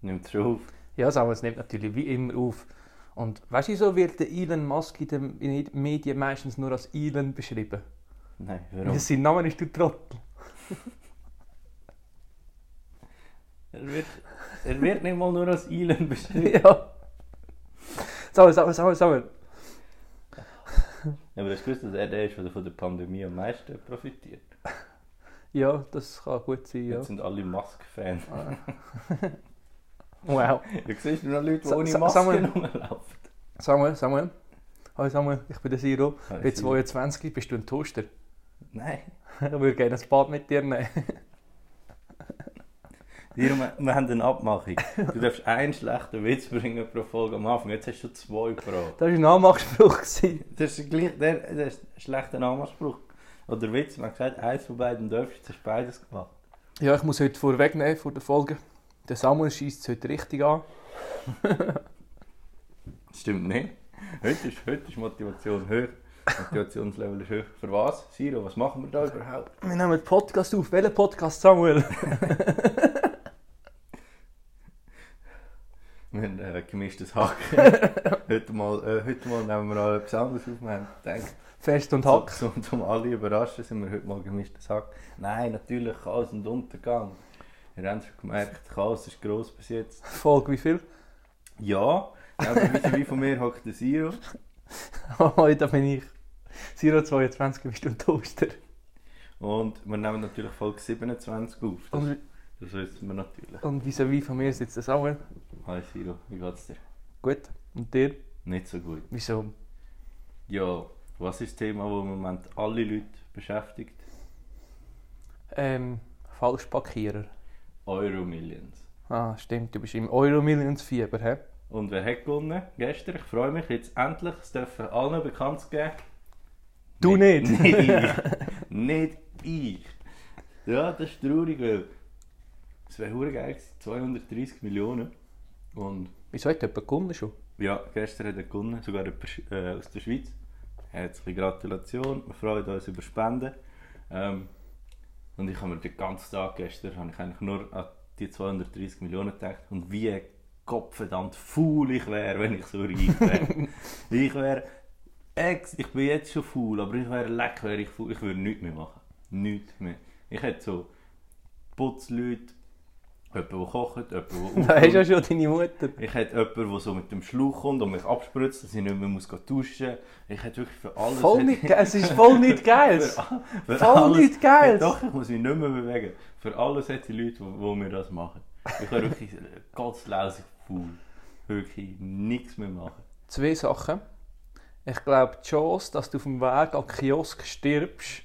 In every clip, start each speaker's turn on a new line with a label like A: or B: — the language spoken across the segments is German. A: Nimmt schon auf.
B: Ja, das aber es nimmt natürlich wie immer auf. Und weißt du, so wird der Elon Musk in den in den Medien meistens nur als Elon beschrieben.
A: Nein,
B: Ja.
A: warum?
B: Sein Name ist du Trottel.
A: Er wird, er wird nicht mal nur als Elon beschrieben.
B: ja. Sauer, sauer, sauer, sauer.
A: Aber hast du gewusst, dass er der ist, der von der Pandemie am meisten profitiert?
B: Ja, das kann gut sein, ja.
A: Jetzt sind alle Musk-Fans.
B: Wow.
A: Du siehst nur Leute, die
B: Sa-
A: ohne
B: sa-
A: Maske
B: Samuel.
A: rumlaufen.
B: Samuel, Samuel. Hallo Samuel, ich bin der Siro. Ich
A: Hallo
B: bin
A: Siro.
B: 22, bist du ein Toaster?
A: Nein.
B: ich würde gerne ein Bad mit dir nehmen.
A: Wir, wir wir haben eine Abmachung. Du darfst einen schlechten Witz bringen pro Folge am Anfang. Jetzt hast du zwei pro.
B: Das war ein Anmachspruch. gewesen.
A: Das ist gleich der, der ist ein schlechter Anspruch. Oder Witz, man hat gesagt, eins von beiden darfst, jetzt hast du beides gemacht.
B: Ja, ich muss heute vorwegnehmen vor der Folge. Der Samuel schießt es heute richtig an.
A: Stimmt nicht. Heute ist, heute ist Motivation hoch. Motivationslevel ist hoch. Für was? Siro, was machen wir da überhaupt?
B: Wir nehmen den Podcast auf. Welchen Podcast, Samuel?
A: Wir haben äh, gemischtes Hack. heute, mal, äh, heute mal nehmen wir auch etwas anderes auf. Wir haben gedacht,
B: Fest und Hack.
A: So, um, um alle überraschen, sind wir heute mal gemischtes Hack. Nein, natürlich Chaos und Untergang. Ihr habt schon gemerkt, Chaos ist gross bis jetzt.
B: Folge wie viel?
A: Ja, aber wie wie von mir hockt der Siro.
B: Hoi, da bin ich. 022 bist du ein Toaster.
A: Und wir nehmen natürlich Folge 27 auf. Das,
B: Und,
A: das wissen wir natürlich.
B: und vis-à-vis von mir sitzt der Samuel.
A: Hi Siro, wie geht's dir?
B: Gut. Und dir?
A: Nicht so gut.
B: Wieso?
A: Ja, was ist das Thema, das im Moment alle Leute beschäftigt?
B: Ähm, falsch Parkierer.
A: Euro-Millions.
B: Ah, stimmt, du bist im Euro-Millions-Fieber, hä?
A: Und wer hat gewonnen? Gestern, ich freue mich jetzt endlich, es dürfen allen bekannt zu geben.
B: Du nicht!
A: Nicht ich. nicht ich. Ja, das ist traurig, weil es wäre hure geil gewesen, 230 Millionen. Und
B: Wieso hat jemand gewonnen schon?
A: ja, gestern hat er gewonnen, sogar jemand Sch- äh, aus der Schweiz. Herzliche Gratulation, wir freuen uns über Spenden. Ähm, und ich habe mir den ganzen Tag gestern habe ich eigentlich nur an die 230 Millionen gedacht und wie gottverdammt faul ich wäre, wenn ich so reich wäre. ich wäre, ex, ich bin jetzt schon faul, aber ich wäre leck, wäre ich faul. Ich würde nichts mehr machen. Nichts mehr. Ich hätte so Putzleute, jemanden, der kocht, jemanden,
B: Da
A: der
B: hast du ja schon deine Mutter.
A: ich hätte jemanden, der so mit dem Schlauch kommt und mich abspritzt, dass ich nicht mehr muss gehen duschen muss. Ich hätte wirklich für alles...
B: Voll nicht geil, es ist voll nicht geil!
A: Für
B: Voll nicht geil.
A: Doch, ich muss mich nicht mehr bewegen. Für alles hätte ich Leute, die die mir das machen. Ich kann wirklich ganz lausig faul. Wirklich nichts mehr machen.
B: Zwei Sachen. Ich glaube, die Chance, dass du auf dem Weg an den Kiosk stirbst,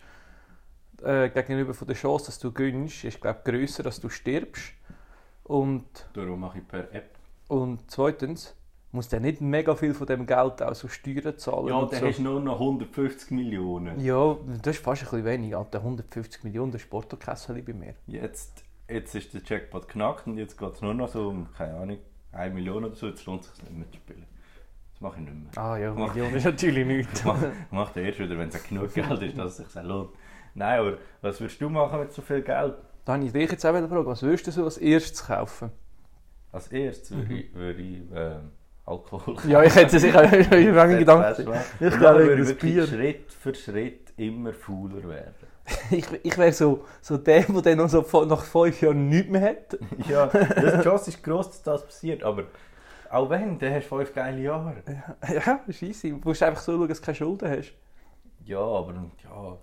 B: äh, gegenüber von der Chance, dass du gönnst, ist glaube grösser, dass du stirbst. Und,
A: Darum mache ich per App.
B: und zweitens, musst du nicht mega viel von dem Geld auch so Steuern zahlen.
A: Ja,
B: und
A: dann
B: so.
A: hast du nur noch 150 Millionen.
B: ja, das ist fast ein bisschen wenig. Alter, 150 Millionen, das ist Portokessel bei mir.
A: Jetzt, jetzt ist der Jackpot knackt und jetzt geht es nur noch so um, keine Ahnung, 1 Million oder so. Jetzt lohnt es sich nicht mehr zu spielen. Das mache ich nicht mehr.
B: Ah ja,
A: Mach-
B: Millionen ist natürlich nichts.
A: Mach- Macht er erst wieder, wenn es genug Geld ist, dass es sich lohnt. Nein, aber was würdest du machen mit so viel Geld?
B: Da habe ich dich jetzt auch eine Frage. Was würdest du so als erstes kaufen?
A: Als erstes würde ich, würde ich ähm, Alkohol kaufen.
B: Mhm. Ja, ich hätte sicher einen
A: Das
B: Gedanken.
A: wäre schwer.
B: Ich
A: Und
B: glaube,
A: dann würde ich
B: das
A: wirklich
B: Bier.
A: Schritt für Schritt immer fauler werden.
B: Ich, ich wäre so, so der, der dann noch so vo- nach fünf Jahren nichts mehr hat.
A: Ja, das Chance ist gross, dass das passiert, aber auch wenn, dann hast du fünf geile Jahre.
B: Ja, scheisse. Du musst einfach so schauen, dass du keine Schulden hast.
A: Ja, aber ja.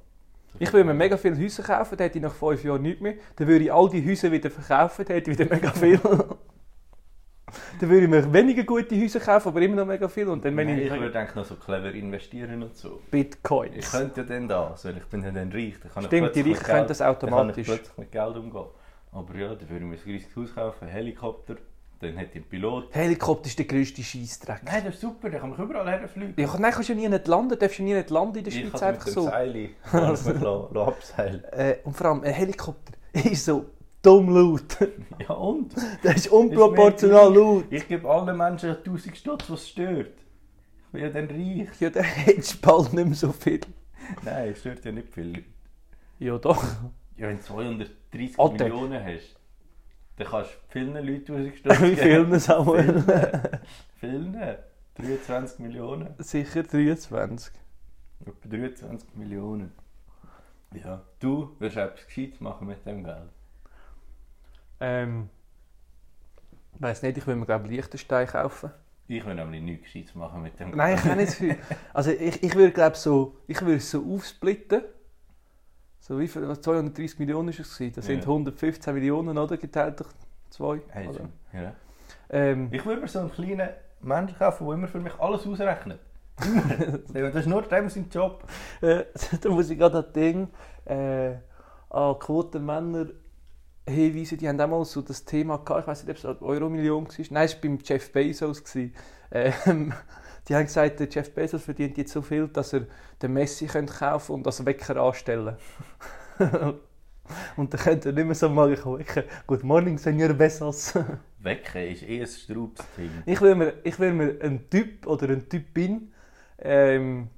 B: Ich würde mir mega viele Häuser kaufen, dann hätte ich nach fünf Jahren nichts mehr. Dann würde ich all die Häuser wieder verkaufen, dann hätte ich wieder mega viel. dann würde ich mir weniger gute Häuser kaufen, aber immer noch mega viel. Und dann, wenn
A: Nein, ich
B: ich,
A: würde eigentlich noch so clever investieren und so. Ich
B: Bitcoins.
A: könnte ja dann das, weil ich bin ja dann reich. Dann kann ich
B: Stimmt, die
A: plötzlich mit
B: Reichen können
A: Geld-
B: das automatisch.
A: Dann kann ich plötzlich mit Geld umgehen. Aber ja, dann würde ich mir ein riesiges Haus kaufen, einen Helikopter, dann hätte ich einen Pilot.
B: Helikopter ist der grösste Scheissdreck.
A: Nein, das ist super, dann kann ich überall herfliegen.
B: Ja, nein, kannst du ja nie nicht landen, darfst du nie nicht landen in der
A: ich
B: Schweiz,
A: kann
B: einfach
A: mit dem
B: so.
A: Seil kann ich mich la- la abseilen.
B: Äh, und vor allem, ein Helikopter ist so dumm laut.
A: Ja und?
B: Das ist unproportional
A: Ist mir
B: laut.
A: Ich gebe allen Menschen 1000 Stutz, was stört. Ich bin ja dann reich.
B: Ja, dann hättest du bald nicht mehr so viel.
A: Nein, es stört ja nicht viel.
B: Ja, doch.
A: Ja, wenn du 230
B: Alter.
A: Millionen hast. Dann kannst du vielen Leuten 1000 Stutz
B: Wie
A: geben.
B: vielen, ne, Samuel?
A: Vielen. 23 Millionen.
B: Sicher 23.
A: Etwa 23 Millionen. Ja. Du wirst etwas Gescheites machen mit dem Geld.
B: Ähm, weiß nicht, ich will mir glaube Liechtenstein kaufen.
A: Ich will nämlich nichts Gescheites machen mit dem Geld.
B: Nein, ich kann nicht viel. Also ich, ich würde glaube so, ich würde es so aufsplitten. So wie viel, was 230 Millionen ist es gewesen? Das sind
A: Ja.
B: 115 Millionen, oder? Geteilt durch zwei.
A: Hey,
B: oder?
A: Jim. ja.
B: Ähm,
A: Ich würde mir so einen kleinen Menschen kaufen, der immer für mich alles ausrechnet. Immer. das ist nur dem sein Job.
B: äh, da muss ich gerade an das Ding äh, an Quotenmänner hinweisen, die haben damals so das Thema gehabt, ich weiß nicht, ob es eine Euro-Million war, nein, es war beim Jeff Bezos. gewesen. Ähm, die haben gesagt, der Jeff Bezos verdient jetzt so viel, dass er den Messi könnte kaufen und als Wecker anstellen Und dann könnte er nicht mehr so mal wecken. Good morning, Senor Bezos.
A: Wecken ist eh ein straubes Ding.
B: Ich will mir, ich will mir einen Typ oder eine Typin ähm,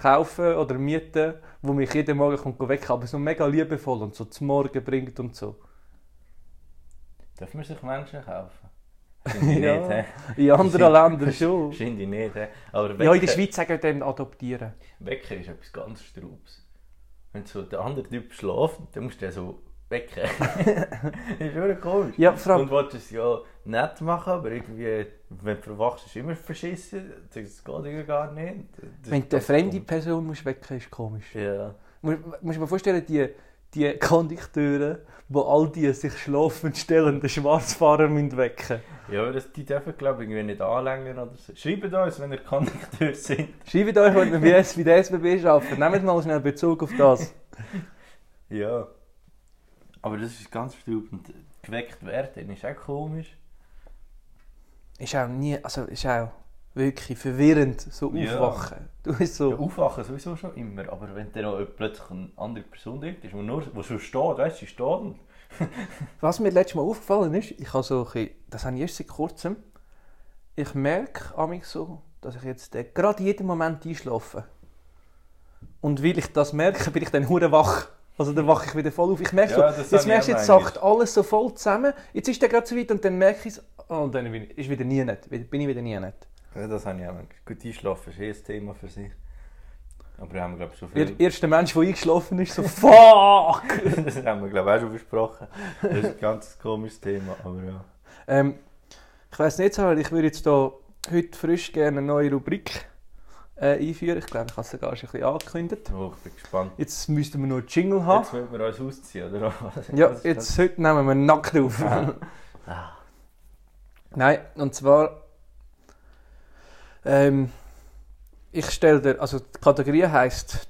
B: kaufen oder mieten, wo mich jeden Morgen kommt weg, Dus aber so mega liebevoll und so zum Morgen bringt und so.
A: Dürfen wir sich Menschen kaufen? Finde ich
B: Ja.
A: nicht, hä?
B: In anderen Ländern schon.
A: Finde ich nicht, hä? Aber
B: Ja, in der Schweiz sagen wir dem adoptieren.
A: Wecken ist etwas ganz straubes. Wenn so der andere Typ schläft, dann musst du den so wecken. das ist wirklich komisch.
B: Ja, vor allem-
A: Und willst es ja nett machen, aber irgendwie, wenn du verwachst, ist immer verschissen. Das geht irgendwie gar nicht. Das
B: Wenn du eine
A: ist
B: fremde Person musst wecken ist komisch.
A: Ja.
B: Muss, muss man vorstellen, die, die Kondukteure, wo all die sich schlafend stellen, den Schwarzfahrer müssen wecken.
A: Ja, aber das, die dürfen, glaube ich, irgendwie nicht anlängen oder so. Schreibt uns, wenn ihr Kondukteur sind.
B: Schreibt euch, wenn ihr bei der SBB arbeitet. Nehmt mal schnell Bezug auf das.
A: Ja. Aber das ist ganz vertraubt. Und geweckt werden ist auch komisch.
B: ist auch nie, also ist auch wirklich verwirrend, so
A: Ja.
B: aufwachen. Du bist
A: Ja,
B: so,
A: aufwachen sowieso schon immer, aber wenn dann noch plötzlich eine andere Person dort ist, die nur wo schon steht, weißt du, sie steht und
B: was mir letztes Mal aufgefallen ist, ich habe so ein bisschen, das habe ich erst seit kurzem, ich merke amig so, dass ich jetzt äh, gerade jeden Moment einschlafe. Und weil ich das merke, bin ich dann hure wach. Also dann wache ich wieder voll auf. Ich merke
A: Ja, das
B: so,
A: habe ich
B: jetzt merkst du,
A: auch
B: jetzt
A: manchmal.
B: sackt alles so voll zusammen. Jetzt ist der gerade so weit und dann merke ich es. Oh, und dann bin ich, ist wieder nie nett. Wieder- Bin ich wieder nie nett.
A: Ja, das habe ich auch. manchmal. Gut, einschlafen ist eh ein Thema für sich. Aber da haben wir, glaube ich, schon viel.
B: Der erste Mensch, der eingeschlafen ist, so fuck!
A: das haben wir, glaube ich, auch schon besprochen. Das ist ein ganz komisches Thema, aber ja.
B: Ähm, ich weiß nicht, Sarah, ich würde jetzt da heute frisch gerne eine neue Rubrik äh, einführen. Ich glaube, ich habe es sogar schon ein bisschen angekündigt.
A: Oh, ich bin gespannt.
B: Jetzt müssten wir noch einen Jingle haben.
A: Jetzt müssen wir uns ausziehen, oder was?
B: ja,
A: Was ist
B: jetzt heute nehmen wir nackt auf.
A: Ah.
B: Nein, und zwar. Ähm, ich stelle dir, also die Kategorie heisst.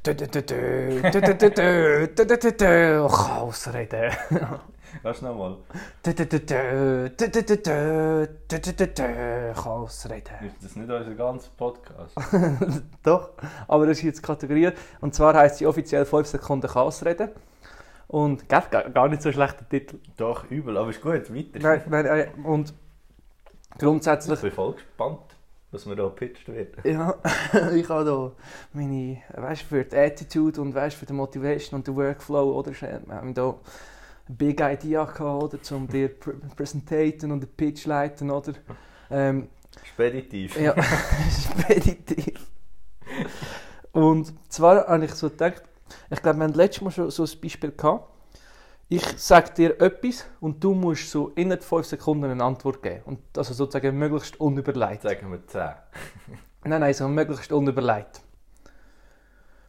B: oh, Ausreden.
A: das? Kannst du nochmal?
B: Ausreden.
A: Ist das nicht unser ganzer Podcast?
B: Doch, aber das ist jetzt die Kategorie. Und zwar heisst sie offiziell 5 Sekunden Chaos reden. Und gell, gar gar nicht so ein schlechter Titel.
A: Doch, übel, aber ist gut, weiter.
B: Nein, nein, nein, und grundsätzlich.
A: Ich bin voll gespannt, was mir da gepitcht wird.
B: Ja, ich habe da meine, weißt du, für die Attitude und weißt du, für die Motivation und den Workflow, oder? Ich habe da eine Big Idea gehabt, oder? Um dir pr präsentieren und den Pitch leiten, oder? Ähm,
A: Speditiv.
B: Ja, speditiv. Und zwar habe ich so gedacht, ich glaube, wir haben letztes Mal schon so ein Beispiel gehabt. Ich sage dir etwas und du musst so innerhalb 5 Sekunden eine Antwort geben. Und also sozusagen möglichst unüberlegt.
A: Sagen wir 10.
B: Nein, nein, so möglichst unüberlegt.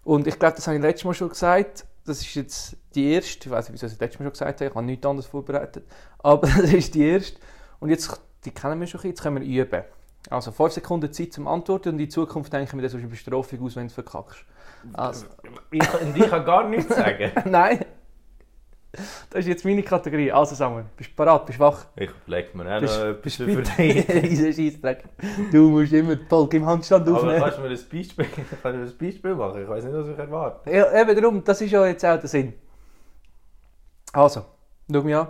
B: Und ich glaube, das habe ich letztes Mal schon gesagt. Das ist jetzt die erste. Ich weiß nicht, wieso ich das letztes Mal schon gesagt habe. Ich habe nichts anderes vorbereitet. Aber das ist die erste. Und jetzt, die kennen wir schon ein bisschen, jetzt können wir üben. Also 5 Sekunden Zeit zum Antworten und in Zukunft denken wir das als Bestrafung aus, wenn du verkackst. Also,
A: Ich, und ich kann gar nichts sagen.
B: nein! Das ist jetzt meine Kategorie. Also Samuel, bist du bereit? Bist du wach?
A: Ich überlege mir auch noch etwas
B: Bist du
A: über dich.
B: bereit? Du musst immer die Folge im Handstand
A: Aber
B: aufnehmen.
A: kannst du mir ein Beispiel, kannst du mir ein Beispiel machen? Ich weiß nicht, was ich erwarte.
B: Ja, eben darum, das ist ja jetzt auch der Sinn. Also, schau mich an,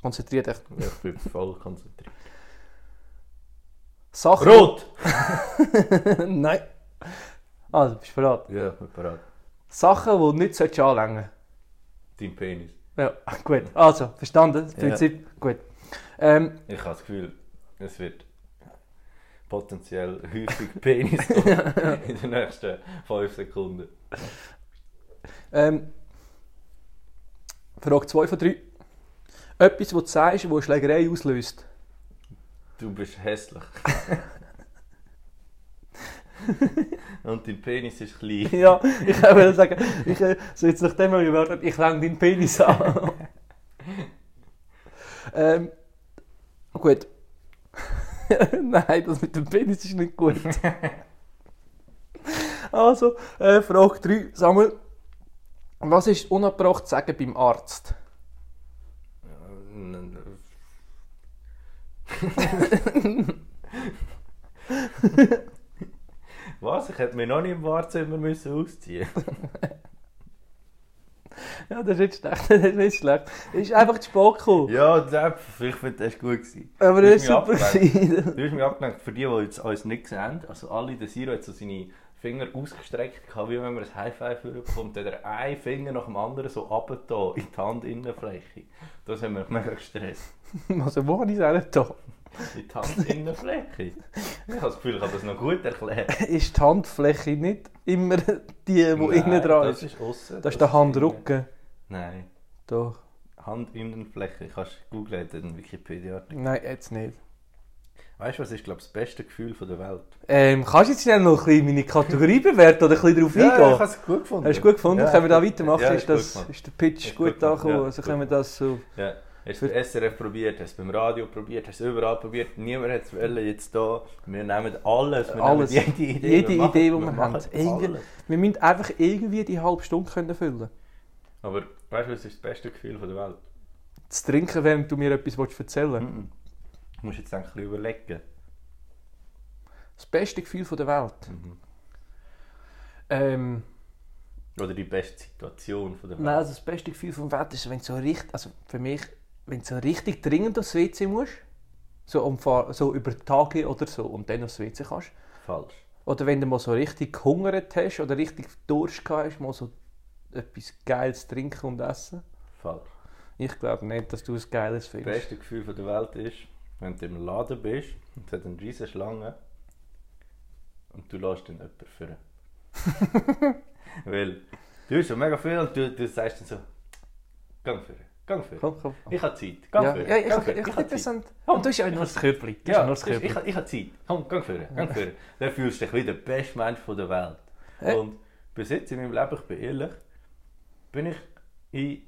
B: konzentrier dich.
A: Ich bin voll konzentriert.
B: Sachen.
A: Rot!
B: Nein. Also, bist du bereit?
A: Ja, ich bin bereit.
B: Sachen, die du nicht solltest anlängen
A: Dein Penis.
B: Ja, gut. Also, verstanden, das
A: Ja.
B: Prinzip. Gut. Ähm,
A: Ich habe das Gefühl, es wird potenziell häufig Penis in den nächsten 5 Sekunden.
B: ähm, Frage 2 von 3. Etwas, was du sagst, wo eine Schlägerei auslöst.
A: Du bist hässlich. Und dein Penis ist klein.
B: ja, ich würde sagen, ich, äh, so jetzt nachdem wir gewartet ich lang deinen Penis an. ähm, gut. Nein, das mit dem Penis ist nicht gut. also, äh, Frage 3, Samuel. Was ist unabbracht zu sagen beim Arzt?
A: Was? Ich hätte mir noch nicht im Wahrzimmer müssen ausziehen
B: Ja, das ist nicht schlecht. Das ist nicht schlecht. Ist einfach zu spät gekommen.
A: Ja, der, ich finde, das war gut. Gewesen.
B: Aber
A: Du
B: das
A: hast
B: ist
A: mich abgelenkt.
B: super. gewesen.
A: Du hast mich abgelenkt, für die, die jetzt uns nicht sehen, also alle, der Siro hat so seine Finger ausgestreckt, gehabt, wie wenn man ein High-Five bekommt, hat er einen Finger nach dem anderen so runter in die Handinnenfläche. Das hat mich mega gestresst.
B: also, wo habe ich es eigentlich da?
A: In die Handinnenfläche? Ich habe das Gefühl, ich habe das noch gut erklärt.
B: Ist die Handfläche nicht immer die, eh, wo
A: Nein,
B: innen dran
A: das
B: ist?
A: ist aussen.
B: Das ist der
A: innen.
B: Handrücken.
A: Nein,
B: Doch.
A: Handinnenfläche, kannst du googeln, den Wikipedia-Artikel.
B: Nein, jetzt nicht.
A: Weißt du, was ist, glaube ich, das beste Gefühl von der Welt?
B: Ähm, kannst du jetzt schnell noch ein bisschen meine Kategorie bewerten oder ein bisschen darauf
A: Ja, ich
B: eingehen?
A: habe es gut gefunden.
B: Hast du gut gefunden?
A: Ja,
B: können wir da
A: gut.
B: weitermachen?
A: Ja,
B: ist,
A: gut
B: das,
A: gemacht.
B: ist der Pitch
A: Ist
B: gut
A: gut gemacht,
B: angekommen?
A: ja,
B: also
A: gut
B: können wir das so...
A: Ja. Hast du das SRF probiert, hast du beim Radio probiert, hast du überall probiert, niemand hat es wollen, jetzt hier. Wir nehmen alles, wir
B: Alles.
A: nehmen jede Idee,
B: Jede
A: wir machen,
B: Idee, die wir
A: machen
B: haben. Irgendwie-
A: alles.
B: Wir müssen einfach irgendwie die halbe Stunde können füllen
A: Aber weißt du, was ist das beste Gefühl von der Welt?
B: Zu trinken, während du mir etwas willst erzählen willst.
A: Mhm. Du musst jetzt ein bisschen überlegen.
B: Das beste Gefühl von der Welt.
A: Mhm.
B: Ähm,
A: Oder die beste Situation von der Welt.
B: nein, also das beste Gefühl vom Wetter ist, wenn du so richtig... Also für mich, wenn du so richtig dringend aufs WC musst. So, am Fahr- so über Tage oder so. Und dann aufs WC kannst.
A: Falsch.
B: Oder wenn du mal so richtig gehungert hast oder richtig Durst gehabt hast, mal so etwas Geiles trinken und essen.
A: Falsch.
B: Ich glaube nicht, dass du es Geiles
A: Das
B: findest.
A: beste Gefühl von der Welt ist, wenn du im Laden bist und es hat eine riesige Schlange und du lässt dann jemanden führen. Weil du hast schon mega viel und du, du sagst dann so, gang führen, gang führen.
B: Komm, komm.
A: Ich habe Zeit, gang
B: Ja,
A: führen,
B: ja, ich
A: gang
B: habe
A: führen,
B: ich
A: habe
B: hab
A: Zeit.
B: interessant. Und du hast ja nur das Köpfchen. Du hast
A: Ja, dus
B: nur das
A: ich, ich,
B: Köpfchen.
A: ich habe Zeit. Komm, gang führen, gang führen. Dann fühlst du dich wie der beste Mensch von der Welt.
B: Äh.
A: Und bis jetzt in meinem Leben, ich bin ehrlich, bin ich in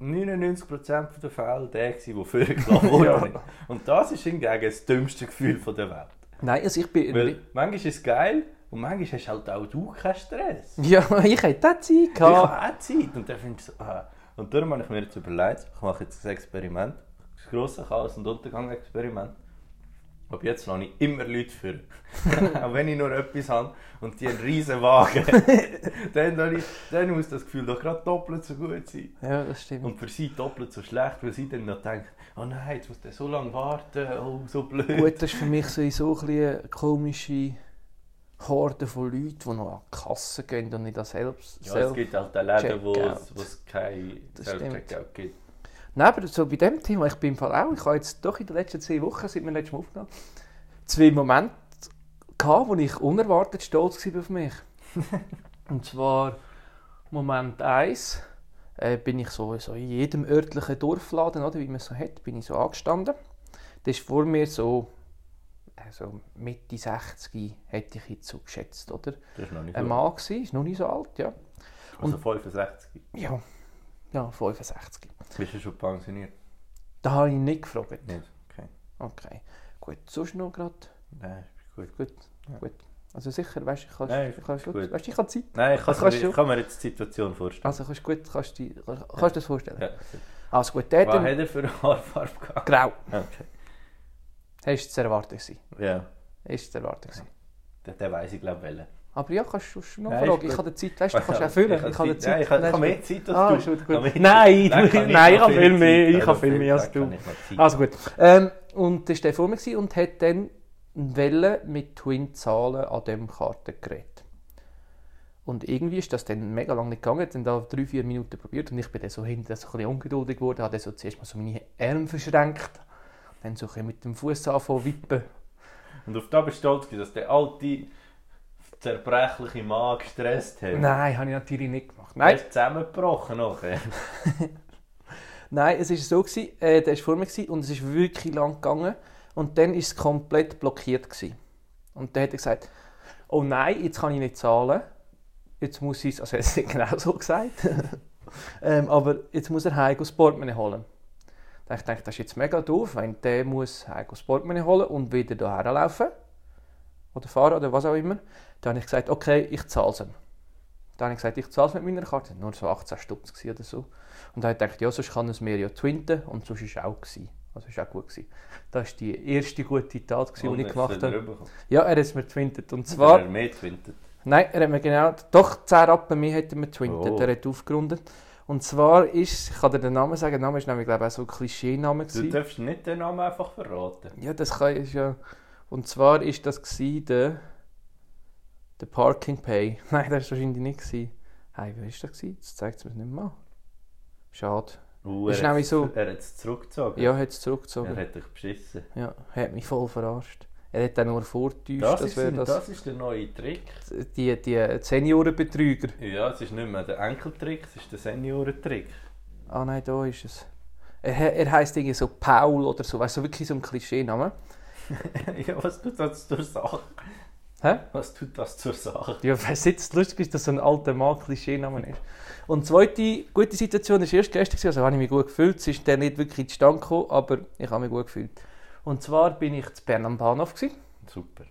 A: 99% der Fälle der gewesen, der vorgeschlagen wurde. Und das ist hingegen das dümmste Gefühl von der Welt.
B: Nein, also ich bin...
A: Weil manchmal ist es geil und manchmal hast halt auch du keinen Stress.
B: Ja, ich hätte da Zeit
A: Ich
B: gehabt.
A: habe auch Zeit. Und dann findest du so, ah. Und darum habe ich mir jetzt überlegt, ich mache jetzt ein Experiment, das grosse Chaos- und Untergangsexperiment. Ab jetzt lasse ich immer Leute führen. auch wenn ich nur etwas habe und die einen riesen Wagen. dann, lasse ich, dann muss das Gefühl doch gerade doppelt so gut sein.
B: Ja, das stimmt.
A: Und für sie doppelt so schlecht, weil sie dann noch denkt, oh nein, jetzt muss der so lange warten, oh, so blöd.
B: Gut, das ist für mich sowieso ein bisschen eine komische Horde von Leuten, die noch an die Kasse gehen und nicht an selbst...
A: Ja, es gibt halt auch Läden, wo es
B: Self-Checkout.
A: wo es kein
B: Das
A: Self-Checkout gibt.
B: Nein, aber so bei dem Thema, ich bin im Fall auch, ich habe jetzt doch in den letzten zwei Wochen, seit wir letztes Mal aufgenommen zwei Momente gehabt, wo ich unerwartet stolz war auf mich. Und zwar, Moment 1, äh, bin ich so, so in jedem örtlichen Dorfladen, oder, wie man so hat, bin ich so angestanden. Das ist vor mir so, also Mitte 60 hätte ich jetzt so geschätzt, oder?
A: Das ist noch nicht
B: Ein
A: so.
B: Mann war, ist noch nicht so alt, ja.
A: Also 65.
B: Ja, ja 65.
A: Bist du schon pensioniert?
B: Da habe ich nicht gefragt.
A: Nicht. Okay.
B: Okay, gut. Sonst noch gerade?
A: Nein, ist gut.
B: Gut, gut. Also sicher, weißt du, ich kann,
A: Nein,
B: ich kann,
A: ist gut.
B: gut. Weißt, ich kann Zeit.
A: Nein, ich kann,
B: Das kannst
A: mir,
B: du-
A: ich kann mir jetzt die Situation vorstellen.
B: Also kannst du gut, kannst du kannst du dir das vorstellen.
A: Ja.
B: Also gut, der
A: Was
B: hat
A: hat er für eine Haarfarbe gehabt?
B: grau.
A: Okay.
B: Hast du zu erwarten gewesen.
A: Ja,
B: Ist zu erwarten gewesen.
A: den, den weiss ich glaube welchen.
B: Aber ja, kannst du schon noch
A: Nein, ist
B: fragen. Ich
A: gut.
B: habe die Zeit, weißt du, du kannst auch
A: Ich
B: füllen.
A: habe
B: Ich habe die
A: Zeit- Nein, ich
B: Zeit.
A: habe ich habe
B: Nein,
A: mehr Zeit
B: ist Ah,
A: als
B: ist
A: du.
B: gut,
A: Ich habe
B: gut.
A: mehr
B: Nein,
A: Zeit.
B: du-
A: kann
B: nein, ich
A: noch
B: habe viel mehr. Ich
A: Zeit.
B: habe viel mehr als
A: Zeit kann
B: du.
A: ich noch Zeit.
B: Also gut. Ähm, und das war der vor mir gewesen und hat dann Welle mit Twin-Zahlen an diesem Kartengerät. Und irgendwie ist das dann mega lange nicht gegangen. Ich habe da drei, vier Minuten probiert und ich bin dann so hinten so ein bisschen ungeduldig geworden. habe dann so zuerst mal so meine Arme verschränkt. Dann so ein bisschen mit dem Fuß anfangen wippen.
A: Und auf das bist du stolz, gewesen, dass der alte, zerbrechliche Mann gestresst hat.
B: Nein, habe ich natürlich nicht gemacht.
A: Der
B: Nein,
A: ist zusammengebrochen nachher.
B: Nein es war so, gewesen, äh, der war vor mir gewesen und es ist wirklich lang gegangen. Und dann war es komplett blockiert. Gewesen. Und dann hat er gesagt, oh nein, jetzt kann ich nicht zahlen. Jetzt muss ich, also er hat es nicht genau so gesagt, ähm, aber jetzt muss er heim das Portemonnaie holen. Da habe ich gedacht, das ist jetzt mega doof, wenn der muss heim das Portemonnaie holen und wieder hierher laufen. Oder fahren oder was auch immer. Dann habe ich gesagt, okay, ich zahle es ihm. Dann habe ich gesagt, ich zahle es mit meiner Karte. Nur so 18 Stutz gewesen oder so. Und dann dachte ich, ja, sonst kann es mir ja twinten und sonst ist es auch gewesen. Also ist auch gut gewesen. Das war die erste gute Tat, gewesen, die ich gemacht habe. Ja, er hat es mir twintet. Und
A: War?
B: zwar,
A: Er mehr gewinnt.
B: nein, er hat mir genau, doch 10 Rappen mehr hat er mir twintet.
A: Oh.
B: Er hat aufgerundet. Und zwar ist, ich kann dir den Namen sagen, der Name ist nämlich, glaube ich, auch so ein Klischee-Name.
A: Du
B: gewesen.
A: darfst nicht den Namen einfach verraten.
B: Ja, das kann ich ja. Und zwar ist das gsi der, der Parking Pay. Nein, das war wahrscheinlich nicht. gsi. Hey, wer ist das? gsi? Jetzt zeigt es mir nicht mehr an. Schade.
A: Uh,
B: Ist
A: er
B: nämlich so-
A: hat's- Er hat es zurückgezogen.
B: nou Ja, hat es
A: Er
B: zurückgezogen.
A: hat dich beschissen.
B: Ja, hat mich voll verarscht. Er hat dann nur vortäuscht,
A: Das,
B: dass
A: ist,
B: wäre
A: ein-
B: das,
A: das ist der neue Trick.
B: die, die Seniorenbetrüger.
A: Ja, es ist nicht mehr der Enkeltrick, es ist der Seniorentrick.
B: Ah nein, da ist es. Er, he- er heisst irgendwie so Paul oder so, weißt du, so wirklich so ein Klischee-Name.
A: ja, was tut das zur Sache?
B: Hä?
A: Was tut das zur Sache?
B: Ja, was jetzt lustig ist, dass so ein alter Mann Klischee-Name ist. Und die zweite gute Situation war erst gestern, gewesen, also habe ich mich gut gefühlt. Es ist dann nicht wirklich zustande gekommen, aber ich habe mich gut gefühlt. Und zwar bin ich zu Bern am Bahnhof. Gewesen.
A: Super.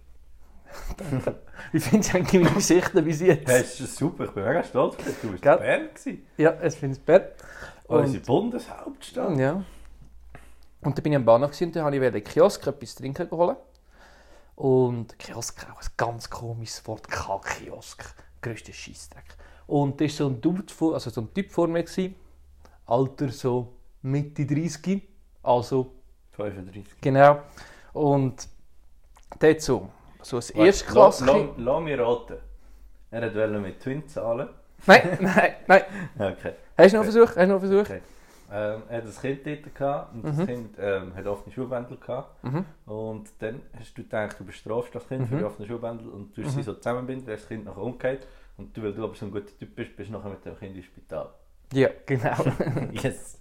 B: Wie findest du eigentlich meine Geschichten bis
A: Hey,
B: jetzt?
A: es ist super, ich bin mega stolz auf dich. Du warst
B: Gell?
A: in Bern. gewesen.
B: Ja, es finde ich Bern.
A: Unsere Bundeshauptstadt.
B: Ja. Und dann bin ich am Bahnhof gewesen, und dann habe ich in den Kiosk etwas zu trinken geholt. Und Kiosk, auch ein ganz komisches Wort, Kackkiosk. Größter Scheissdreck. Und da war so ein Dude, vor- also so ein Typ vor mir, gewesen, Alter so Mitte 30, also
A: 35.
B: genau. Und der hat so, so ein
A: Lass
B: Erstklassler.
A: mich raten. Er hat wollen mit Twin zahlen.
B: Nein, nein, nein.
A: Okay.
B: Hast du noch einen Versuch? Hast du noch einen Versuch?
A: okay. Ähm, er hat ein Kind dort gehabt und das Kind ähm, hat offene Schuhbändel gehabt.
B: Mhm.
A: Und dann hast du gedacht, du bestrafst das Kind für die offenen Schuhbändel und du hast sie so zusammenbinden, dann ist das Kind nachher umgekehrt. Und du, weil du aber so ein guter Typ bist, bist nachher mit dem Kind ins Spital.
B: Ja, genau.
A: Yes.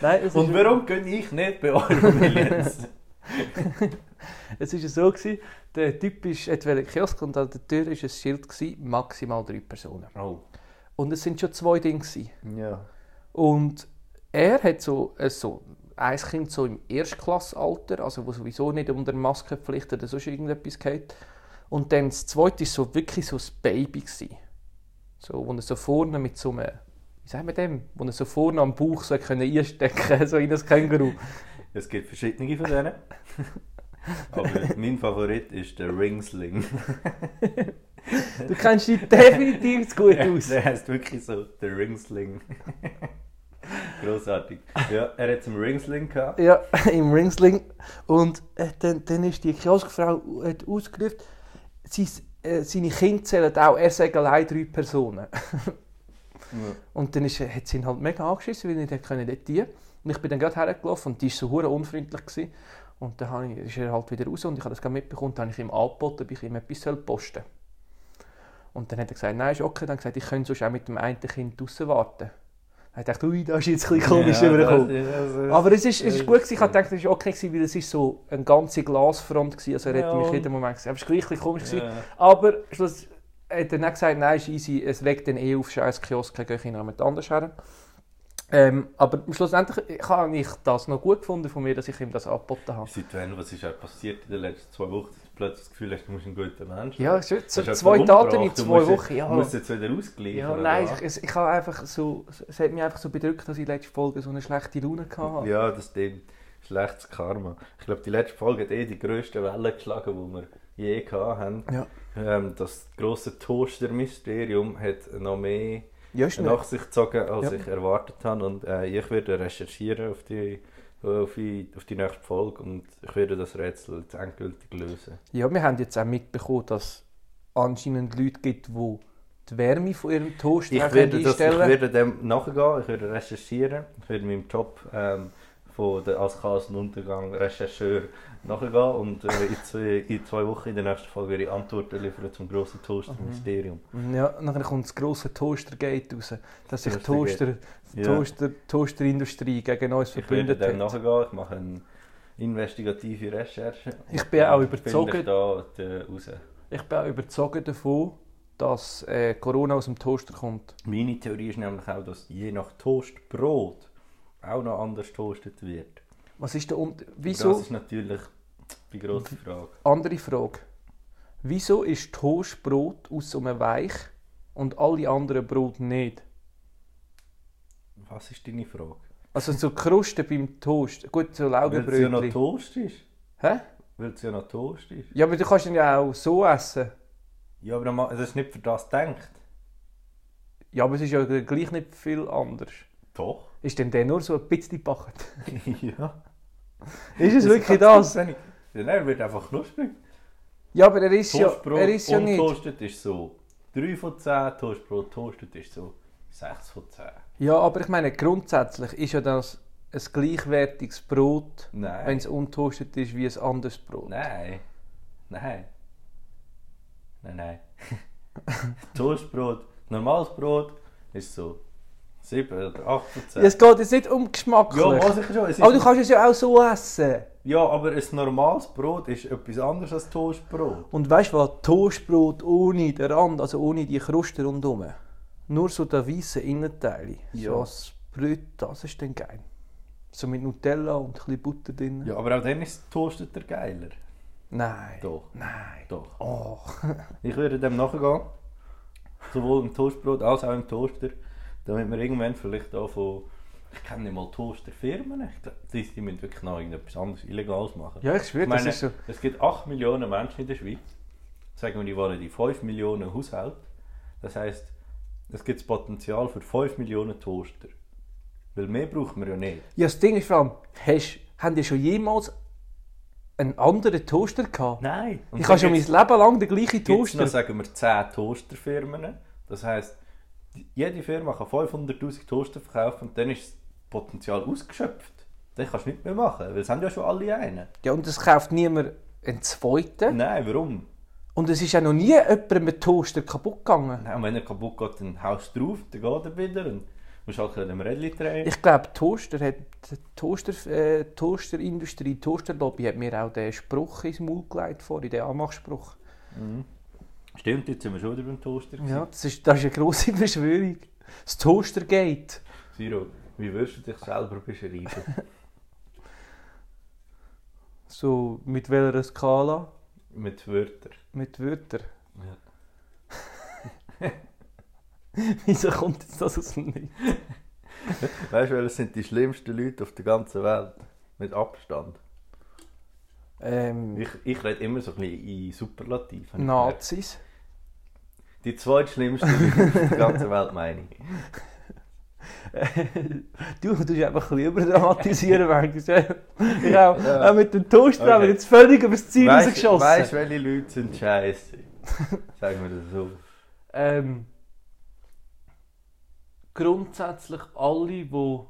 B: nein, es
A: Und
B: ist-
A: warum gönne ich nicht bei um eurem Millions?
B: Es war ja so, gewesen, der Typ ist entweder in den Kiosk und an der Tür war ein Schild, gewesen, maximal drei Personen.
A: oh.
B: Und es sind schon zwei Dinge. Gewesen.
A: Ja.
B: Und er hat so, äh, so ein Kind so im Erstklassalter, also wo sowieso nicht unter Maskenpflicht oder sonst irgendetwas geht. Und dann das zweite war so wirklich so ein Baby. Gewesen. So, wo er so vorne mit so einem, wie sagt man dem, wo er so vorne am Bauch so hat können einstecken so in ein Känguru.
A: Es gibt verschiedene von denen. aber mein Favorit ist der Ringsling.
B: Du kennst dich definitiv zu gut aus.
A: Der heißt wirklich so der Ringsling. Großartig. Ja, er hat zum Ringsling gehabt.
B: Ja, im Ringsling. Und äh, dann, dann ist die Kioskfrau äh, hat ausgerufen, sie, äh, seine Kinder zählen auch, er sagt allein drei Personen. Und dann ist, hat sie ihn halt mega angeschissen, weil ich nicht können dort dienen. Und ich bin dann gerade hergelaufen und die war so hure unfreundlich. Gewesen. Und dann habe ich, ist er halt wieder raus und ich habe das gerade mitbekommen, dann habe ich ihm angeboten, ob ich ihm etwas soll posten soll. Und dann hat er gesagt, nein, ist okay. Dann hat er gesagt, ich könnte sonst auch mit dem einen Kind draussen warten. Dann habe ich gedacht, ui, das ist jetzt ein bisschen komisch
A: Ja,
B: rübergekommen.
A: das ist- das ist-
B: Aber es ist, es ist gut, gewesen. ich habe gedacht, es war okay, gewesen, weil es ist so eine ganze Glasfront war, also er
A: Ja.
B: hätte mich jeden Moment gesehen. Aber es war gleich ein bisschen komisch. gewesen.
A: Ja.
B: Aber schluss hat er dann gesagt, nein, ist easy, es regt den eh auf, scheiß Kiosk, gehe ich noch mit anders her. Ähm, aber schlussendlich habe ich das noch gut gefunden von mir, dass ich ihm das angeboten habe.
A: Seit wann, was ist auch passiert in den letzten zwei Wochen, dass du plötzlich das Gefühl hast, du musst ein guter Mensch sein?
B: Ja, es ist
A: Hast du
B: so
A: jemanden
B: zwei Taten in
A: umgebracht? Du
B: zwei
A: musst
B: Wochen,
A: jetzt-
B: ja.
A: Du musst jetzt wieder ausgleichen.
B: ja,
A: oder
B: nein,
A: was?
B: ich, ich, ich habe einfach so, es hat mich einfach so bedrückt, dass ich letzte Folge so eine schlechte Laune hatte.
A: Ja, das stimmt. Schlechtes Karma. Ich glaube, die letzte Folge hat eh die grösste Welle geschlagen, die wir je gehabt haben.
B: Ja.
A: Ähm, das grosse Toaster-Mysterium hat noch mehr
B: Ja, ist
A: nach sich gezogen, als
B: Ja.
A: ich erwartet habe. Und äh, ich werde recherchieren auf die, auf, die, auf die nächste Folge und ich werde das Rätsel jetzt endgültig lösen.
B: Ja, wir haben jetzt auch mitbekommen, dass anscheinend Leute gibt, die die Wärme von ihrem Toast
A: Ich
B: auch
A: werde, das, ich
B: einstellen können.
A: werde dem nachgehen, ich werde recherchieren, ich werde meinem Job ähm, von der als Untergang Rechercheur nachgehen und äh, in, zwei, in zwei Wochen in der nächsten Folge werde ich Antworten liefern zum grossen
B: Mhm.
A: Toaster-Mysterium.
B: Ja, nachher kommt das grosse Toaster-Gate raus, dass sich die Toaster,
A: Toaster-Gate.
B: die
A: Ja.
B: Toaster, die Toasterindustrie gegen uns
A: Ich werde
B: verbündet
A: dem
B: hat.
A: nachgehen, ich mache eine investigative Recherche.
B: Ich bin auch
A: Dann
B: überzeugt-
A: finde ich da und, äh, raus.
B: Ich bin auch überzeugt davon, dass äh, Corona aus dem Toaster kommt.
A: Meine Theorie ist nämlich auch, dass je nach Toastbrot auch noch anders toastet wird.
B: Was ist der Unter
A: Das
B: Wieso? Mhm.
A: ist natürlich die grosse Frage.
B: Andere Frage. Wieso ist Toastbrot aus einem Weich und alle anderen Brot nicht?
A: Was ist deine Frage?
B: Also so die Kruste beim Toast. Gut, so
A: Weil es ja noch
B: Laugenbrötchen.
A: Toast ist.
B: Hä?
A: Weil es ja noch Toast ist.
B: Ja, aber du kannst ihn ja auch so essen.
A: Ja, aber ma- es ist nicht für das gedacht.
B: Ja, aber es ist ja gleich nicht viel anders.
A: Doch.
B: Ist denn der nur so ein bisschen gebacken?
A: ja.
B: Ist es wirklich
A: ganz
B: das?
A: wenig. Ja, nein, er wird einfach knusprig.
B: Ja, aber er ist ja,
A: Toastbrot
B: er ist ja
A: und
B: nicht.
A: toastet ist so 3 von 10, Toastbrot toastet ist so 6 von 10.
B: Ja, aber ich meine, grundsätzlich ist ja das ein gleichwertiges Brot,
A: Nein.
B: wenn es untoastet ist, wie ein anderes Brot.
A: Nein. Nein. Nein, nein. Toastbrot, normales Brot ist so 7 oder 8 von 10.
B: Es geht jetzt nicht um geschmacklich.
A: ja, was ich schon. Es ist
B: aber du kannst es ja auch so essen.
A: Ja, aber ein normales Brot ist etwas anderes als Toastbrot.
B: Und weißt du was? Toastbrot ohne den Rand, also ohne die Kruste rundherum. Nur so der weiße Innenteil.
A: Ja.
B: So das Brot, das ist dann geil. So mit Nutella und ein bisschen Butter drin.
A: Ja, aber auch dann ist Toasteter geiler.
B: Nein.
A: Doch.
B: Nein.
A: Doch.
B: Oh.
A: Ich würde dem nachgehen. Sowohl im Toastbrot als auch im Toaster. Damit wir irgendwann vielleicht auch von. Ich kenne nicht mal Toasterfirmen. Ich glaub, Die, die müssen wirklich noch irgendetwas anderes Illegales machen.
B: Ja, ich schwöre,
A: ich meine,
B: das ist so.
A: es gibt 8 Millionen Menschen in der Schweiz. Sagen wir, die waren in 5 Millionen Haushalte. Das heisst, es gibt das Potenzial für 5 Millionen Toaster. Weil mehr braucht man ja nicht.
B: Ja, das Ding ist vor allem, hast, haben die schon jemals einen anderen Toaster gehabt?
A: Nein.
B: ich habe schon mein Leben lang den gleichen
A: Toaster.
B: Toaster.
A: noch, sagen wir, 10 Toasterfirmen. Das heisst, die- jede Firma kann 500'000 Toaster verkaufen und dann ist das Potenzial ausgeschöpft. Dann kannst du nicht mehr machen, weil es haben ja schon alle einen.
B: Ja, und es kauft niemand einen zweiten.
A: Nein, warum?
B: Und es ist auch noch nie jemandem ein Toaster kaputt gegangen.
A: Nein, und wenn er kaputt geht, dann haust du drauf, dann geht er wieder und musst halt an dem Rädchen drehen.
B: Ich glaube, Toaster hat, die Toaster, äh, die Toasterindustrie, die Toasterlobby hat mir auch den Spruch ins Maul gelegt vorhin, den Anmachspruch.
A: Stimmt, jetzt sind wir schon wieder beim Toaster. gewesen.
B: Ja, das ist, das ist eine grosse Verschwörung. Das Toastergate.
A: Siro, wie würdest du dich selber beschreiben?
B: So, mit welcher Skala?
A: Mit Wörtern.
B: Mit Wörtern.
A: Ja.
B: Wieso kommt jetzt das aus dem Nichts?
A: Weißt du, welches sind die schlimmsten Leute auf der ganzen Welt? Mit Abstand.
B: Ähm,
A: Ich, ich rede immer so ein bisschen in Superlativ. hab
B: Nou.
A: ich gemerkt.
B: Nazis.
A: Die zweitschlimmste Leute auf der ganzen Welt, meine ich.
B: du tust einfach ein bisschen überdramatisieren manchmal. Ich auch,
A: Ja.
B: auch mit dem Toaster
A: Okay.
B: haben wir jetzt völlig über das Ziel
A: Weißt
B: rausgeschossen.
A: weißt, welche Leute sind scheiße? Sagen wir das so.
B: Ähm, grundsätzlich alle, die zu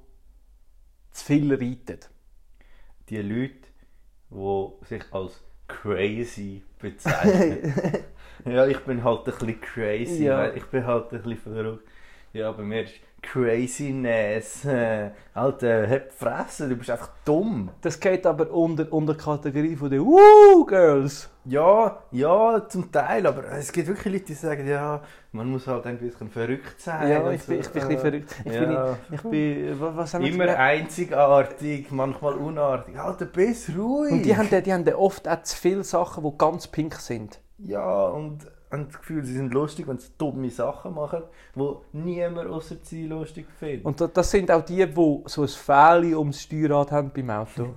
B: viel reiten.
A: Die Leute, die sich als crazy bezeichnen. ja, ich bin halt ein bisschen crazy.
B: Ja.
A: weil Ich bin halt ein bisschen verrückt. Ja, bei mir ist Craziness. Äh, Alter, hab die Fresse, du bist einfach dumm.
B: Das geht aber unter, unter die Kategorie von den Woo Girls.
A: Ja, ja, zum Teil, aber es gibt wirklich Leute, die sagen, ja, man muss halt ein bisschen verrückt sein.
B: Ah, Ja,
A: und
B: ich bin, ich bin ein
A: äh,
B: bisschen verrückt. Ich
A: ja.
B: bin, ich bin, wa- was haben wir
A: Immer einzigartig, manchmal unartig. Alter, bist ruhig!
B: Und die haben, dann- die haben dann oft auch zu viele Sachen, die ganz pink sind.
A: ja, und haben das Gefühl, sie sind lustig, wenn sie dumme Sachen machen, wo niemand außer sie lustig findet.
B: Und da- das sind auch die, die so ein Fähli ums Steuerrad haben beim Auto.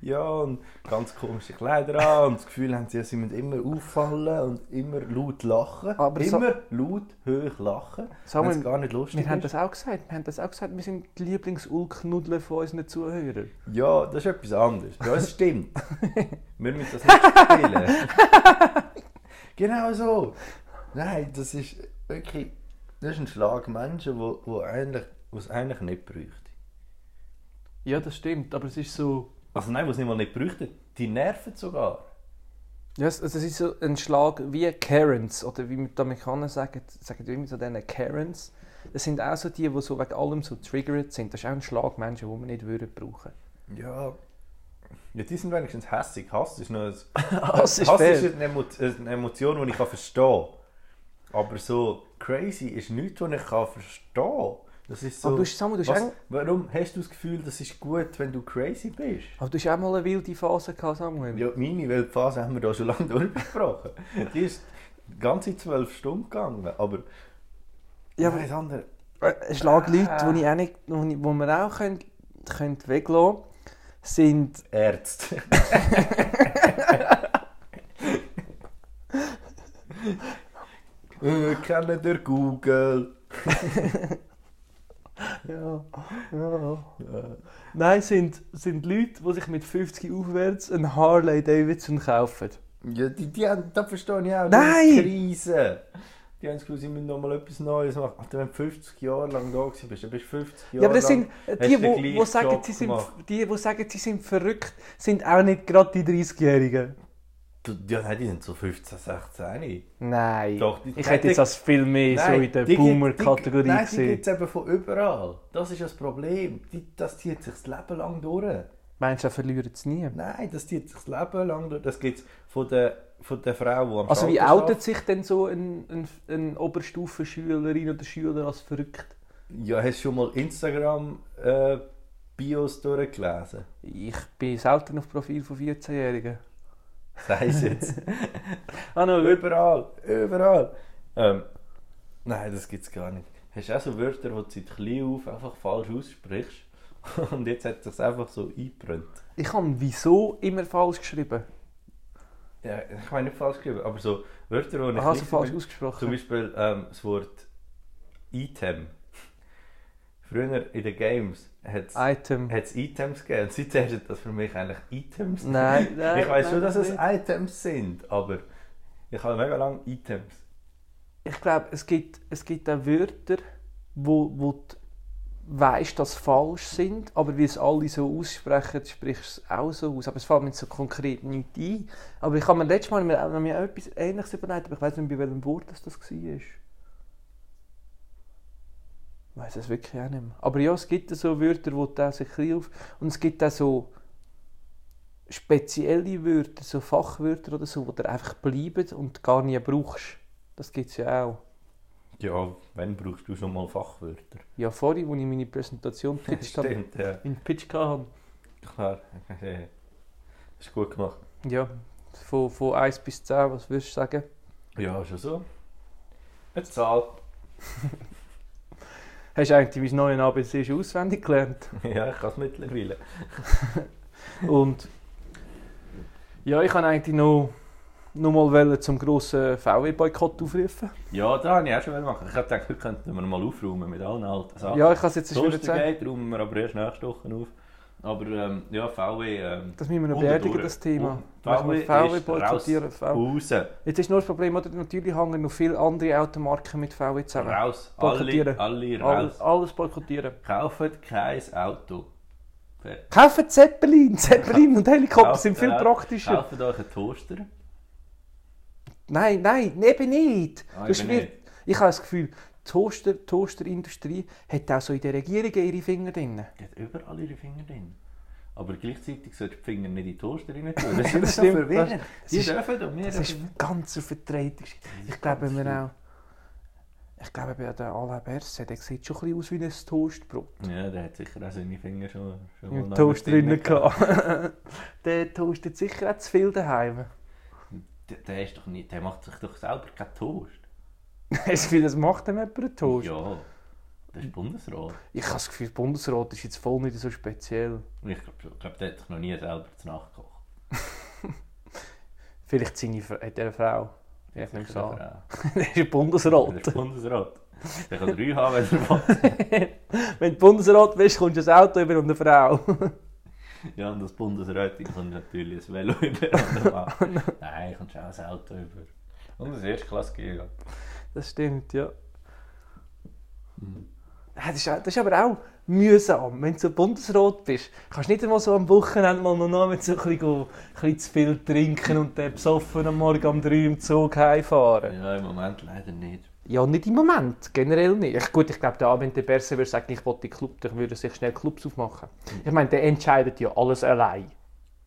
A: ja, und ganz komische Kleider an und das Gefühl haben sie, ja, sie müssen immer auffallen und immer laut lachen.
B: Aber so-
A: immer laut, hoch lachen,
B: Samuel,
A: wenn es gar nicht lustig
B: Wir haben
A: ist.
B: das auch gesagt. Wir haben das auch gesagt. Wir sind die Lieblingsulknuddler von unseren Zuhörern.
A: Ja, das ist etwas anderes. Bei uns stimmt. Wir müssen das nicht spielen. genau so. Nein, das ist wirklich. Das ist ein Schlag Menschen, wo, wo eigentlich, wo es eigentlich nicht bräuchte.
B: Ja, das stimmt, aber es ist so...
A: Also nein, die es nicht mal nicht bräuchten. Die nerven sogar.
B: Ja, es, also es ist so ein Schlag wie Karens, oder wie die Amerikaner sagen, sagen die immer so denen Karens. Das sind auch so die, die so wegen allem so triggered sind. Das ist auch ein Schlag Menschen, den wir nicht würden brauchen
A: Ja. Ja, die sind wenigstens hässig. Hass ist nur ein,
B: Hass ist
A: Hass
B: fair.
A: ist eine, Emo eine Emotion, die ich kann verstehen kann. Aber so crazy ist nichts, was ich kann verstehen kann. Das ist so...
B: Aber du hast- Samu, du hast
A: was,
B: auch-
A: warum hast du das Gefühl, das ist gut, wenn du crazy bist?
B: Aber du hast auch mal eine wilde Phase gehabt, Samuel.
A: Ja, meine Weltphase haben wir da schon lange durchgesprochen. Die ist die ganze zwölf Stunden gegangen, aber...
B: Ja, aber-
A: Nein, das andere...
B: Ein Schlag Leute, die ich auch nicht, wo, ich, wo wir auch können, können weglassen können, sind
A: Ärzte. Äh, Kennen der Google.
B: Ja, ja. Nein, sind, sind Leute, die sich mit 50 aufwärts einen Harley Davidson kaufen.
A: Ja, die, die haben, das verstehe ich auch.
B: Nein!
A: Die Krise. Die haben das Gefühl, sie müssen noch mal etwas Neues machen. Alter, wenn du 50 Jahre lang da gewesen bist, dann bist du 50 Jahre
B: Ja, aber das sind äh,
A: lang... hast
B: die,
A: den
B: wo,
A: gleichen
B: wo sagen,
A: Job
B: sie sind,
A: gemacht.
B: die, wo sagen, sie sind verrückt, sind auch nicht gerade die 30-Jährigen.
A: Du- Ja, nein, die sind so 15, 16.
B: Nein.
A: Doch, die-
B: ich
A: nein,
B: hätte jetzt
A: die-
B: als viel mehr so in der
A: die gibt- die-
B: Boomer-Kategorie
A: Nein, die
B: gesehen.
A: gibt es eben von überall. Das ist das Problem. Die, das zieht sich das Leben lang durch.
B: Meinst du, er verliert es nie?
A: Nein, das zieht sich das Leben lang durch. Das gibt es von der, von der Frau, die am
B: Also wie
A: Schalter
B: outet sich denn so ein, ein, ein Oberstufenschülerin oder Schüler als verrückt?
A: arbeitet. Ja, hast du schon mal Instagram-Bios durchgelesen?
B: Ich bin selten auf Profil von 14-Jährigen.
A: Sei es jetzt.
B: Ah, no, wirklich.
A: überall, überall. Ähm, nein, das gibt es gar nicht. Hast du auch so Wörter, die du seit klein auf einfach falsch aussprichst? Und jetzt hat es sich einfach so eingebrannt.
B: ich habe «Wieso» immer falsch geschrieben.
A: Ja, ich meine nicht falsch geschrieben, aber so Wörter, die ich
B: Aha, so
A: nicht-
B: falsch
A: Zum
B: ausgesprochen.
A: Beispiel ähm, das Wort Item. Früher in den Games hat es
B: Item.
A: Items gegeben. Und seitdem sind das für mich eigentlich Items.
B: Nein, nein.
A: ich weiß
B: nein,
A: schon, dass es
B: nicht.
A: Items sind, aber ich habe mega lange Items.
B: Ich glaube, es gibt, es gibt auch Wörter, wo, wo du weißt, dass sie falsch sind, aber wie es alle so aussprechen, sprichst du es auch so aus. Aber es fällt mir jetzt so konkret nicht ein. Aber ich habe mir letztes Mal mir, mir auch etwas Ähnliches überlegt, aber ich weiß nicht, bei welchem Wort das, das war. Ich weiß es wirklich auch nicht mehr. Aber ja, es gibt so Wörter, wo du auch sich ein bisschen auf... Und es gibt auch so spezielle Wörter, so Fachwörter oder so, wo du einfach bleiben und gar nie brauchst. Das gibt es ja auch.
A: Ja, wenn brauchst du schon mal Fachwörter?
B: Ja, vorhin, als ich meine Präsentation gepitcht habe,
A: Stimmt, ja.
B: in Pitch hatte.
A: Klar. Das ist gut gemacht.
B: Ja, von, von 1 bis 10, was würdest du sagen?
A: Ja, schon so. Jetzt zahlt.
B: Hast du eigentlich mein neues ABC schon auswendig gelernt?
A: ja, ich kann es mittlerweile.
B: Und ja, ich wollte eigentlich noch, noch mal wollen zum grossen VW-Boykott aufrufen.
A: Ja, da habe ich auch schon was machen. Ich habe gedacht, heute könnten wir mal aufräumen mit allen alten Sachen.
B: Ja, ich kann es jetzt schon wieder
A: Sonst
B: sagen.
A: geht, räumen wir aber erst nächste Woche auf. Aber ähm, ja, VW... Ähm,
B: Das müssen wir noch
A: Unten
B: beerdigen,
A: durch.
B: das Thema.
A: Unten.
B: Weißt du,
A: VW
B: VW
A: ist
B: boykottieren. VW.
A: raus,
B: Jetzt ist nur das Problem, oder? natürlich hängen noch viele andere Automarken mit VW zusammen.
A: raus,
B: Boykottieren.
A: alle, alle raus.
B: Alles, alles boykottieren.
A: Kauft kein Auto. Fertig.
B: Kaufen Zeppelin! Zeppelin und Helikopter sind viel
A: Kauft, äh,
B: praktischer.
A: Kauft euch einen Toaster.
B: Nein, nein, eben nicht.
A: Ah,
B: das
A: eben
B: wird,
A: nicht.
B: ich habe das Gefühl, die Toaster, die Toasterindustrie hat auch so in den Regierungen ihre Finger drin.
A: Die hat überall ihre Finger drin. Aber gleichzeitig sollst du die Finger nicht in die Toaster rein tun. Das ist immer
B: Das
A: so
B: stimmt,
A: verwirrend.
B: das-
A: Die
B: das ist-
A: dürfen und wir
B: Das ist
A: dürfen
B: eine ganz verdrehte Geschichte. Ich glaube
A: ganz schlimm.
B: mir auch. Ich glaube, bei der Alain Berset, der sieht schon ein bisschen aus wie ein Toastbrot.
A: nicht. Ja, der hat sicher auch seine Finger schon, schon mal
B: Im
A: noch
B: Toast
A: mit
B: drinnen gehabt. der toastet sicher auch zu viel daheim.
A: Der, der, ist doch nicht, der macht sich doch selber keinen Toast.
B: Hast du das Gefühl, das macht dem jemand einen Toast?
A: Ja, das ist Bundesrat.
B: Ich habe das Gefühl, Bundesrat ist jetzt voll nicht so speziell.
A: Und Ich glaube, glaub, der hat sich noch nie selber zu Nacht gekocht.
B: Vielleicht seine Fra- hat er eine Frau. Ja, ich nehme es an.
A: Der
B: Der ist ein
A: ist
B: Bundesrat.
A: Bundesrat. Der kann drei haben, wenn er will.
B: Wenn du Bundesrat bist, kommst du ein Auto über und eine Frau.
A: Ja, und das Bundesrat ich kann natürlich ein Velo über. und ein Mann. Nein, ich kann schon ein Auto über. Und ein Erstklassgehör.
B: Das stimmt, ja. Ja, Das ist, das ist aber auch mühsam, wenn du so bundesrot bist. Kannst nicht einmal so am Wochenende mal noch noch mit so ein bisschen, go- ein bisschen zu viel trinken und dann besoffen am Morgen um 3 im Zug heimfahren.
A: Ja, im Moment leider nicht.
B: Ja, nicht im Moment, generell nicht. Ich, gut, ich glaube, der Abend der Berse würde sagen, ich will die Club, dann würde er sich schnell Clubs aufmachen. Ich meine, der entscheidet ja alles allein.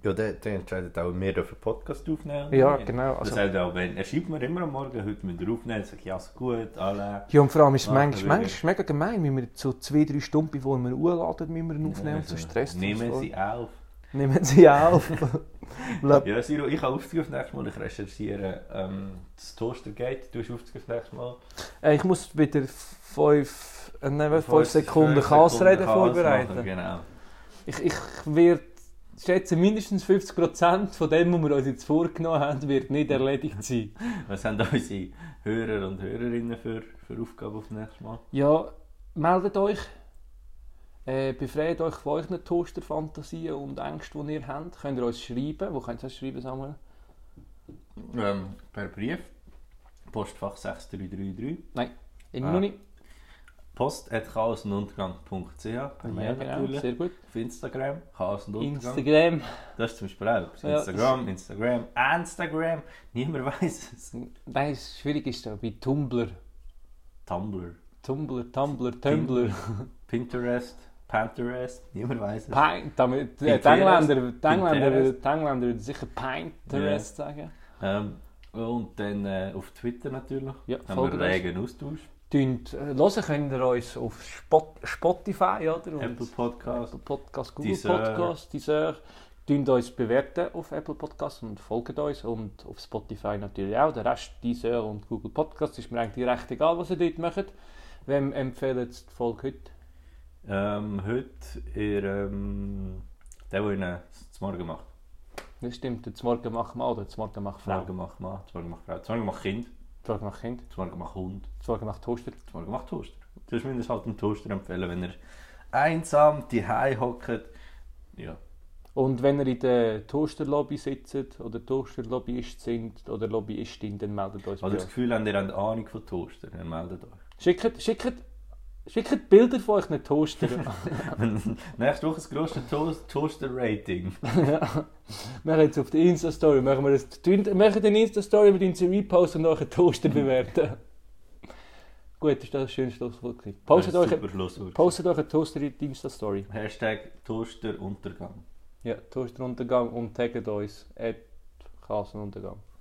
A: Ja, der, der entscheidet auch, wir dürfen Podcast aufnehmen.
B: Ja, genau,
A: Also,
B: also-
A: das heißt auch, wenn, er schreibt mir immer am Morgen, heute müsst ihr aufnehmen, sag ich, ja, ist gut, alle.
B: Ja, und vor allem ist es
A: Ah,
B: manchmal,
A: wirklich.
B: manchmal ist es mega gemein, wenn wir so zwei, drei Stunden, bevor wir hochladen, müssen wir ihn aufnehmen und so stresst
A: also Nehmen
B: uns.
A: sie auf.
B: Nehmen sie auf. Lab-
A: Ja, Siro, ich habe aufzugehen nächstes Mal, ich recherchiere ähm, das Toastergate, du hast aufzugehen nächstes Mal.
B: Äh, ich muss wieder fünf, äh, nein, fünf,
A: Fünf
B: Sekunden
A: Sekunden
B: Kassreden
A: Chaos machen,
B: vorbereiten.
A: Genau.
B: Ich, ich werde schätze, mindestens 50% von dem, was wir uns jetzt vorgenommen haben, wird nicht erledigt sein.
A: Was haben unsere Hörer und Hörerinnen für, für Aufgaben auf das nächste Mal?
B: Ja, meldet euch. Äh, befreit euch von euren Toaster-Fantasien und Ängsten, die ihr habt. Könnt ihr uns schreiben. Wo könnt ihr uns schreiben, Samuel?
A: Ähm, per Brief, Postfach 6333,
B: Immer
A: Ah,
B: noch nicht.
A: post at chaosunduntergang.ch, per Mail
B: Ja, genau.
A: natürlich,
B: Sehr gut.
A: auf Instagram, Chaos und Untergang.
B: Instagram.
A: das ist zum Beispiel auch, auf
B: Ja,
A: Instagram, Instagram, Instagram, niemand weiß es.
B: Nein, das schwierig ist da bei Tumblr.
A: Tumblr,
B: Tumblr, Tumblr, Tumblr.
A: Pinterest, Pinterest, niemand weiß es.
B: Pint, damit, äh,
A: Pinterest.
B: die Engländer, die Engländer,
A: Pinterest.
B: die Engländer würden sicher Pinterest sagen.
A: Ähm, und dann äh, auf Twitter natürlich,
B: Ja,
A: haben wir
B: folgt uns.
A: regen Austausch,
B: Tönt, äh, Hören könnt ihr uns auf Spot, Spotify, oder? Und
A: Apple Podcast,
B: Apple Podcast, Google
A: Deezer.
B: Podcast, Deezer. Tönt uns bewerten auf Apple Podcast und folgt uns. Und auf Spotify natürlich auch. Der Rest, Deezer und Google Podcast, ist mir eigentlich recht egal, was ihr dort macht. Wem empfehlt die Folge heute?
A: ähm, heute ihr, ähm, der, der ihnen das Morgen macht.
B: Das stimmt, das Morgen macht Mann oder das Morgen macht
A: Zum
B: Frau.
A: Morgen macht Mann, zum Morgen macht Frau, zum Morgen macht Kind,
B: Das Morgen macht Kind,
A: zum Morgen macht Hund,
B: das Morgen macht Toaster.
A: zum Morgen macht Toaster. Das ist mindestens halt einen Toaster empfehlen, wenn ihr einsam die hockt. Ja.
B: Und wenn ihr in der Toasterlobby sitzt oder Toasterlobbyist sind oder Lobbyistin, dann meldet euch
A: Oder das
B: bei
A: Gefühl habt, ihr habt Ahnung von Toaster, dann meldet euch.
B: uns. Schickt, schickt, schickt Bilder von euch nicht Toaster.
A: Nächste Woche das grösste Toast Toaster-Rating.
B: Ja. machen jetzt auf der Insta-Story, machen wir das. tun- Machen eine Insta-Story mit unseren Repost und euch einen Toaster bewerten. Gut, ist das ein schönes Schlusswort. gewesen. Postet,
A: Das ist
B: euch,
A: Super Schlusswort.
B: postet euch einen Toaster in die Insta-Story.
A: Hashtag Toaster-Untergang.
B: Ja, Toasteruntergang und taggt uns. at Kasenuntergang.